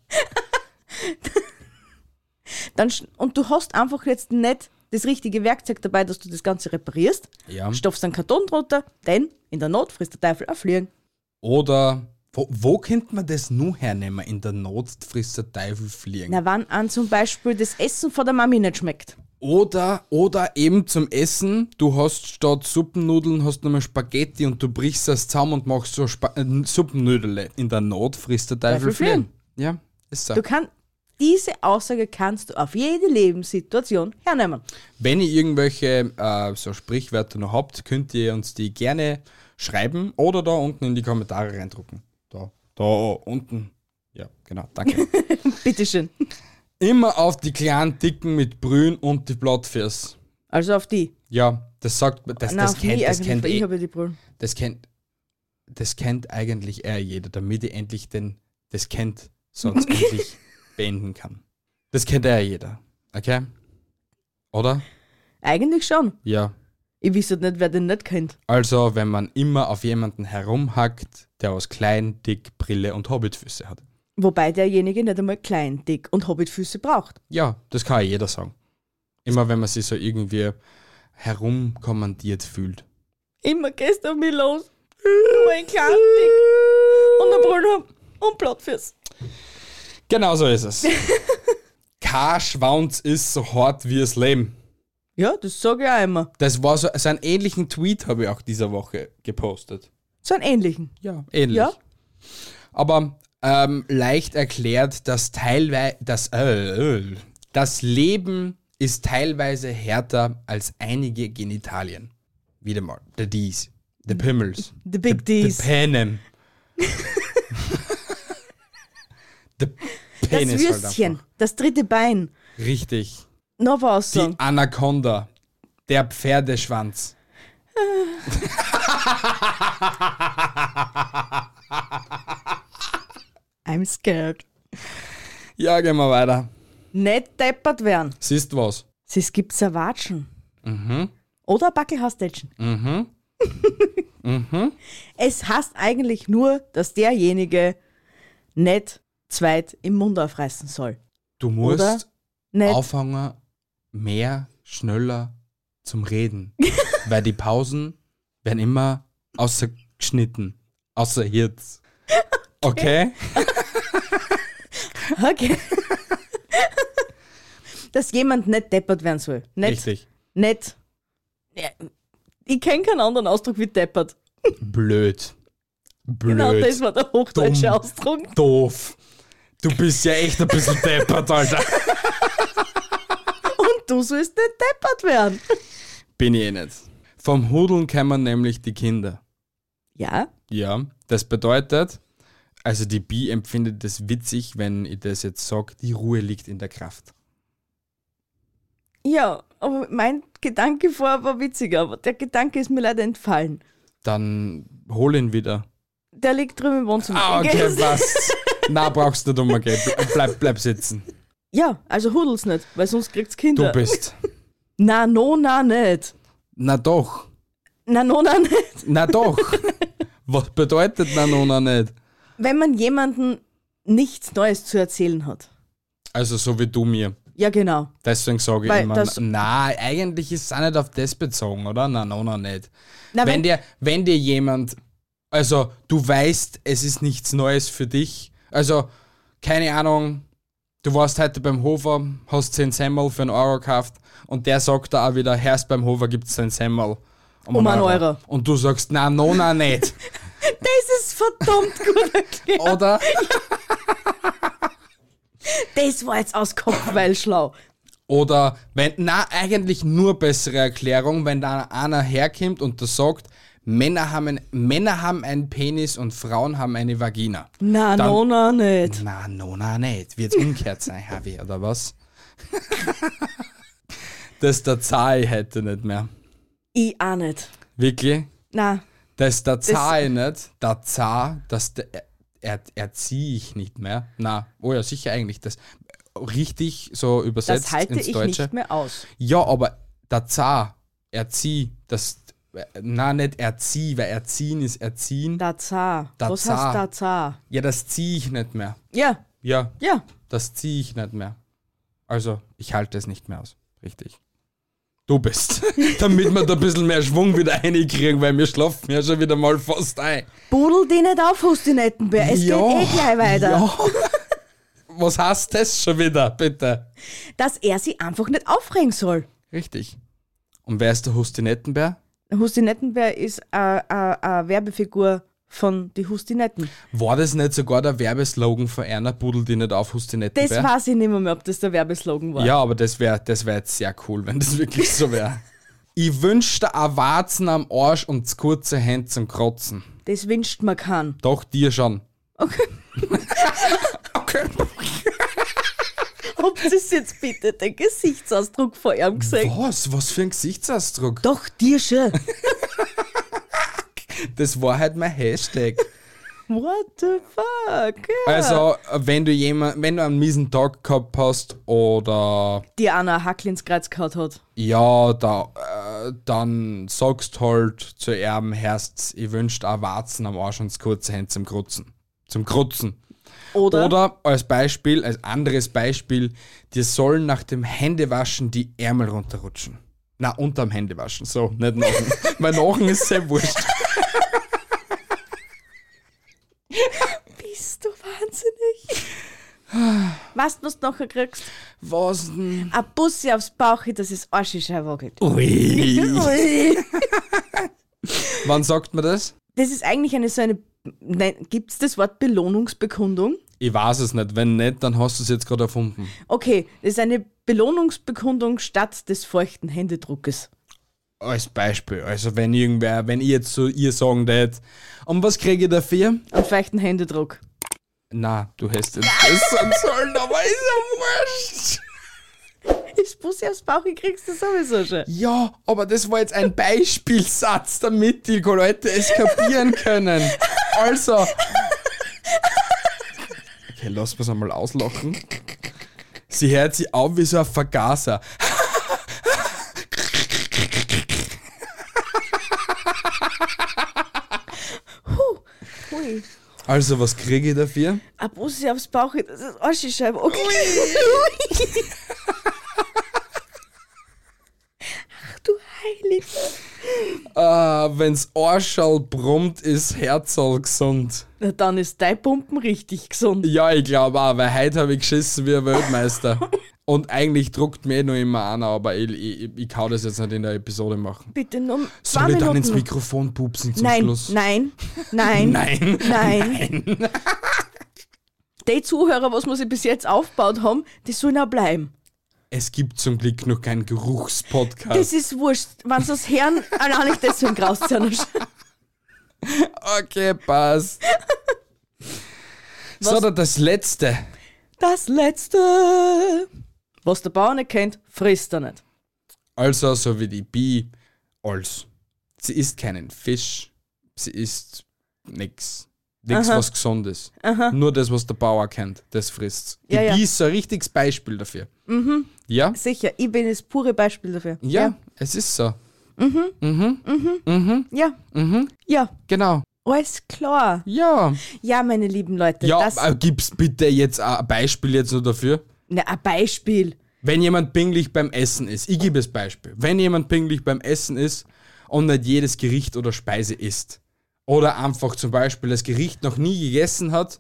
S2: Dann, sch- und du hast einfach jetzt nicht das richtige Werkzeug dabei, dass du das Ganze reparierst.
S1: Ja.
S2: Stopfst einen Karton drunter, denn in der Not frisst der Teufel ein Fliegen.
S1: Oder wo, wo könnte man das nur hernehmen? In der Not frisst der Teufel fliegen.
S2: Na, wann an zum Beispiel das Essen von der Mami nicht schmeckt.
S1: Oder, oder eben zum Essen, du hast statt Suppennudeln hast nochmal Spaghetti und du brichst das zusammen und machst so Spa äh, Suppennudel. In der Not frisst der Teufel
S2: Teufel fliehen.
S1: fliehen. Ja, ist so.
S2: Du kannst diese Aussage kannst du auf jede Lebenssituation hernehmen.
S1: Wenn ihr irgendwelche äh, so Sprichwörter noch habt, könnt ihr uns die gerne schreiben oder da unten in die Kommentare reindrucken. Da, da unten. Ja, genau,
S2: [LAUGHS]
S1: danke.
S2: Bitteschön.
S1: Immer auf die kleinen Dicken mit Brühen und die Blattfürs. Also
S2: auf die.
S1: Ja, das sagt, das,
S2: Nein,
S1: das
S2: auf
S1: kennt,
S2: mich
S1: das
S2: eigentlich,
S1: kennt
S2: weil ich
S1: eh
S2: habe ja die Brille.
S1: das kennt, das kennt eigentlich er jeder, damit ich endlich den, das kennt, sonst endlich beenden kann. Das kennt er jeder, okay? Oder?
S2: Eigentlich schon.
S1: Ja.
S2: Ich wüsste nicht, wer den nicht kennt.
S1: Also, wenn man immer auf jemanden herumhackt, der aus klein, dick, Brille und Hobbitfüße hat.
S2: Wobei derjenige nicht einmal klein, dick und Hobbitfüße braucht.
S1: Ja, das kann ja jeder sagen. Immer wenn man sich so irgendwie herumkommandiert fühlt.
S2: Immer gehst du auf mich los. Nur ein klein, dick und ein Brille und Blattfüß.
S1: Genau so ist es. Kein Schwanz ist so hart wie das Leben.
S2: Ja, das sage ich auch immer.
S1: Das war so, so einen ähnlichen Tweet habe ich auch dieser Woche gepostet.
S2: So einen ähnlichen.
S1: Ja, ähnlich.
S2: Ja.
S1: Aber ähm, leicht erklärt, dass teilweise das, äh, äh, das Leben ist teilweise härter als einige Genitalien. Wieder mal. The D's. The Pimmels.
S2: The Big
S1: The
S2: D's. [LAUGHS]
S1: Penem. the
S2: Das
S1: Penis halt
S2: Würstchen,
S1: einfach.
S2: das dritte Bein.
S1: Richtig.
S2: Noch was
S1: Die
S2: sagen.
S1: Anaconda. Der Pferdeschwanz.
S2: Ah. I'm scared.
S1: [LAUGHS] Ja, gehen wir weiter.
S2: Nicht deppert werden.
S1: Siehst was?
S2: Es gibt ein Watschen. Oder ein Backelhaustätschen. Es heißt eigentlich nur, dass derjenige nicht zweit im Mund aufreißen soll.
S1: Du musst
S2: Oder? Nicht.
S1: aufhängen, mehr, schneller zum
S2: [LAUGHS]
S1: Reden. weil die Pausen werden immer ausgeschnitten. Außer
S2: [LAUGHS]
S1: jetzt. Okay?
S2: [LAUGHS] Okay. dass jemand nicht deppert werden soll. Nicht.
S1: Richtig.
S2: Nicht. Ja, Ich kenne keinen anderen Ausdruck wie deppert.
S1: Blöd. Blöd.
S2: Genau, das war der hochdeutsche
S1: Dumm.
S2: Ausdruck.
S1: Doof. Du bist ja echt ein
S2: [LAUGHS]
S1: bisschen deppert, Alter.
S2: Und du sollst nicht deppert werden.
S1: Bin ich eh nicht. Vom Hudeln kämen nämlich die Kinder.
S2: Ja,
S1: Ja, das bedeutet, also die Bi empfindet es witzig, wenn ich das jetzt sage, die Ruhe liegt in der Kraft.
S2: Ja, aber mein Gedanke vorher war witziger, aber der Gedanke ist mir leider entfallen.
S1: Dann hol ihn wieder.
S2: Der liegt drüben im Wohnzimmer.
S1: Ah, okay,
S2: Gell?
S1: passt. Na, brauchst du nicht umgehen. Bleib, bleib sitzen.
S2: [LAUGHS] Ja, also hudel's nicht, weil sonst kriegt's
S1: Du
S2: Kinder.
S1: bist.
S2: Na, no, na, nicht.
S1: Na doch.
S2: Na, no, na, [LAUGHS] nicht.
S1: Na doch. Was bedeutet na nun noch nicht?
S2: Wenn man jemanden nichts Neues zu erzählen hat.
S1: Also so wie du mir.
S2: Ja, genau.
S1: Deswegen sage ich
S2: Weil
S1: immer,
S2: das-
S1: na, eigentlich ist es auch nicht auf das bezogen, oder? Na, na, na, nicht.
S2: Na,
S1: wenn, dir, wenn dir jemand, also du weißt, es ist nichts Neues für dich. Also, keine Ahnung, du warst heute beim Hofer, hast 10 Semmel für einen Euro gekauft und der sagt da auch wieder, Herrst beim Hofer gibt es 10 Semmel.
S2: Um einen Euro.
S1: Und du sagst, na, no, na,
S2: [LAUGHS]
S1: nicht.
S2: Das ist verdammt gut erklärt.
S1: Oder?
S2: Das war jetzt aus Kopfweil schlau.
S1: Oder wenn, na, eigentlich nur bessere Erklärung, wenn da einer herkommt und das sagt, Männer haben, ein, Männer haben einen Penis und Frauen haben eine Vagina.
S2: Na,
S1: Dann-
S2: no, na, nicht.
S1: Na, no, na, nicht. Wird's umgekehrt sein, Harvey, oder
S2: [LAUGHS]
S1: was? das der Zahl hätte nicht mehr.
S2: Ich auch nicht.
S1: Wirklich?
S2: Na,
S1: Das der Zahl nicht. Der Zar, das der, er, erziehe ich nicht mehr. Na, oh ja, sicher eigentlich. Das richtig so übersetzt
S2: das halte
S1: ins
S2: ich
S1: Deutsche.
S2: nicht mehr aus.
S1: Ja, aber der Zar, erzieh, das, na nicht erzieh, weil erziehen ist erziehen.
S2: Dazar.
S1: Dazar.
S2: Was heißt Dazar?
S1: ja, das zieh ich nicht mehr.
S2: Ja,
S1: Ja,
S2: ja.
S1: das zieh ich nicht mehr. Also, ich halte es nicht mehr aus. Richtig. Du bist. [LAUGHS] Damit wir da ein bisschen mehr Schwung wieder reinkriegen, weil wir schlafen ja schon wieder mal fast ein.
S2: Budel die nicht auf, hast die Nettenbär. Es geht eh gleich weiter.
S1: Ja. [LAUGHS] Was heißt das schon wieder, bitte?
S2: Dass er sie einfach nicht aufregen soll.
S1: Richtig. Und wer ist der Hustinettenbär?
S2: Hustinettenbär ist äh, eine Werbefigur von die Hustinetten.
S1: War das nicht sogar der Werbeslogan von einer Pudel, die nicht auf Hustinettenbär?
S2: Das weiß ich nicht mehr, mehr, ob das der Werbeslogan war.
S1: Ja, aber das wäre das wär jetzt sehr cool, wenn das wirklich so
S2: [LAUGHS]
S1: wäre. ich wünschte ein Warzen am Arsch und zu kurze Hände zum Kratzen.
S2: Das wünscht man kann.
S1: Doch dir schon. Okay.
S2: Ob das jetzt bitte den Gesichtsausdruck vor ihm gesehen?
S1: Äh, Was? Was für ein Gesichtsausdruck?
S2: Doch, dir schon.
S1: Das war halt mein [LAUGHS] Hashtag.
S2: [LAUGHS] What the fuck? Ja.
S1: Also, wenn du jemand, wenn du einen miesen Tag gehabt hast oder
S2: Die Anna Hackl ins Kreuz gehauen hat.
S1: ja, da, äh, dann sagst halt zu ihrem Herz, ich wünscht ein Warzen am Arsch und zu kurze Hände zum Krutzen. Zum Krutzen.
S2: Oder,
S1: Oder als Beispiel, als anderes Beispiel, dir sollen nach dem Händewaschen die Ärmel runterrutschen. Na, unterm Händewaschen, so, nicht nachen. [LAUGHS] Weil nachen ist sehr wurscht.
S2: bist du wahnsinnig? weißt du, was du nachher kriegst?
S1: Was denn?
S2: Ein Bussi aufs Bauch, dass es Arschischer wackelt.
S1: Ui.
S2: Ui.
S1: Wann sagt man das?
S2: [LAUGHS] Das ist eigentlich eine so eine. Nein, gibt es das Wort Belohnungsbekundung?
S1: Ich weiß es nicht. Wenn nicht, dann hast du es jetzt gerade erfunden.
S2: Okay, das ist eine Belohnungsbekundung statt des feuchten Händedruckes.
S1: Als Beispiel, also wenn irgendwer, wenn ich jetzt zu ihr sagen tät, und was kriege ich dafür?
S2: Am feuchten Händedruck.
S1: Na, du hättest jetzt das [LAUGHS] sagen sollen, aber ist ja wurscht.
S2: Das Bussi aufs Bauch, ich kriegst du sowieso schon.
S1: Ja, aber das war jetzt ein Beispielsatz, damit die Leute es kapieren können. Also. Okay, lass mir's einmal auslachen. Sie hört sich auf wie so ein Vergaser.
S2: Ui.
S1: Also, was kriege ich dafür?
S2: Ein Bussi aufs Bauch, das ist Arschischer wackelt. [LAUGHS] Ach du Heilig.
S1: Äh, wenn's Arschall brummt, ist Herzall gesund.
S2: Na, dann ist dein Pumpen richtig gesund.
S1: Ja, ich glaube auch, weil heute habe ich geschissen wie ein
S2: [LAUGHS]
S1: Weltmeister. Und eigentlich druckt mir eh noch immer einer, aber ich, ich, ich kann das jetzt nicht in der Episode machen.
S2: Bitte nur
S1: Soll
S2: zwei
S1: ich
S2: Minuten.
S1: dann ins
S2: noch.
S1: Mikrofon pupsen zum
S2: nein,
S1: Schluss?
S2: nein, nein,
S1: [LAUGHS] Nein.
S2: nein. Die Zuhörer, was wir sie bis jetzt aufgebaut haben, die sollen auch bleiben.
S1: Es gibt zum Glück noch keinen Geruchspodcast.
S2: Das ist wurscht. Wenn sie das
S1: [LAUGHS]
S2: hören, allein nicht deswegen graust sie ja noch schon.
S1: Okay,
S2: [LAUGHS]
S1: passt. so,
S2: Was-
S1: dann das letzte.
S2: Das Letzte. Was der Bauer nicht kennt, frisst er nicht.
S1: Also, so wie die Bi, als. Sie isst keinen Fisch. Sie isst nix. Nix,
S2: Aha.
S1: was Gesundes. Nur das, was der Bauer kennt, das frisst. Die
S2: Ja, ja. Mhm.
S1: Bi ist so ein richtiges Beispiel dafür. Ja?
S2: Sicher, ich bin das pure Beispiel dafür.
S1: ja? es ist so.
S2: Ja. Ja.
S1: Mhm.
S2: ja.
S1: Genau.
S2: Alles klar.
S1: Ja.
S2: Ja, meine lieben Leute,
S1: Ja,
S2: das
S1: äh, gib's bitte jetzt ein Beispiel jetzt nur dafür.
S2: na, ein Beispiel.
S1: Wenn jemand pingelig beim Essen ist, ich gebe das Beispiel. Wenn jemand pingelig beim Essen ist und nicht jedes Gericht oder Speise isst. Oder einfach zum Beispiel das Gericht noch nie gegessen hat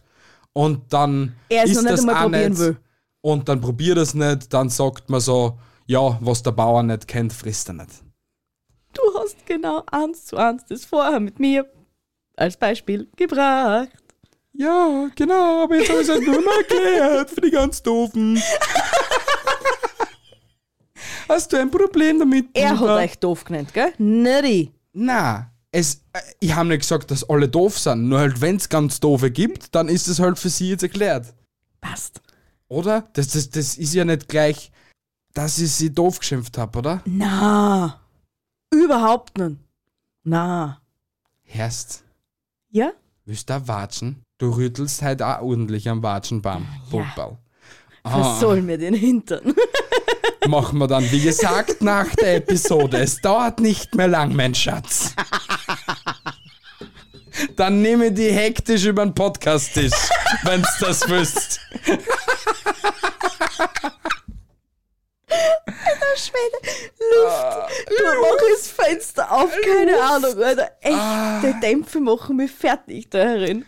S1: und dann
S2: Er es
S1: isst
S2: noch nicht
S1: das
S2: einmal
S1: auch
S2: probieren
S1: nicht.
S2: will.
S1: Und dann probiert es nicht, dann sagt man so, ja, was der Bauer nicht kennt, frisst er nicht.
S2: Du hast genau eins zu eins das vorher mit mir als Beispiel gebracht.
S1: Ja, genau, aber jetzt habe ich es halt nur mal erklärt für die ganz
S2: [LAUGHS]
S1: Doofen. Hast du ein Problem damit?
S2: Er
S1: Bruder?
S2: hat euch doof genannt, gell? Neri.
S1: Na, es, äh, ich habe nicht gesagt, dass alle doof sind. Nur halt, wenn es ganz doofe gibt, dann ist es halt für sie jetzt erklärt.
S2: Passt.
S1: Oder? Das, das, das ist ja nicht gleich, dass ich sie doof geschimpft habe, oder?
S2: Na. Überhaupt nicht. Na.
S1: Herst,
S2: Ja?
S1: willst du auch watschen? Du rüttelst halt auch ordentlich am Watschenbaum. Fußball. Ah.
S2: Was soll mir den Hintern? [LAUGHS]
S1: Machen wir dann, wie gesagt, nach der Episode. Es dauert nicht mehr lang, mein Schatz. Dann nehme ich die hektisch über den Podcast-Tisch, wenn's das wüsst.
S2: Schwede. Luft. Du mach das Fenster auf. Keine Ahnung, Alter. Echte Dämpfe machen mich fertig da herin.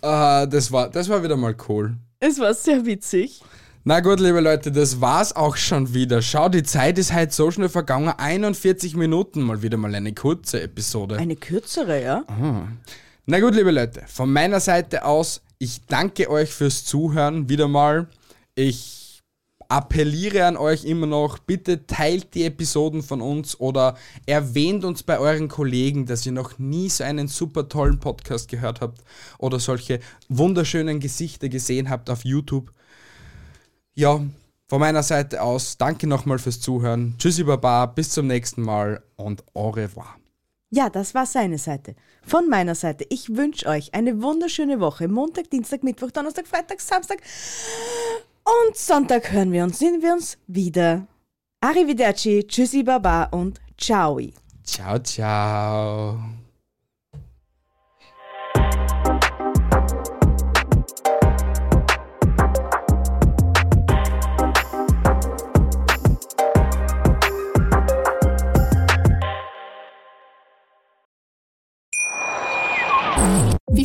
S1: Ah, das, war, das war wieder mal cool.
S2: Es war sehr witzig.
S1: Na gut, liebe Leute, das war's auch schon wieder. Schau, die Zeit ist halt so schnell vergangen. 41 Minuten, mal wieder mal eine kurze Episode.
S2: Eine kürzere, ja?
S1: Na gut, liebe Leute, von meiner Seite aus, ich danke euch fürs Zuhören wieder mal. Ich appelliere an euch immer noch, bitte teilt die Episoden von uns oder erwähnt uns bei euren Kollegen, dass ihr noch nie so einen super tollen Podcast gehört habt oder solche wunderschönen Gesichter gesehen habt auf YouTube. Ja, von meiner Seite aus, danke nochmal fürs Zuhören. Tschüssi Baba, bis zum nächsten Mal und au revoir.
S2: Ja, das war seine Seite. Von meiner Seite, ich wünsche euch eine wunderschöne Woche. Montag, Dienstag, Mittwoch, Donnerstag, Freitag, Samstag und Sonntag hören wir uns, sehen wir uns wieder. Arrivederci, tschüssi, baba und ciao.
S1: Ciao, ciao.
S3: Wie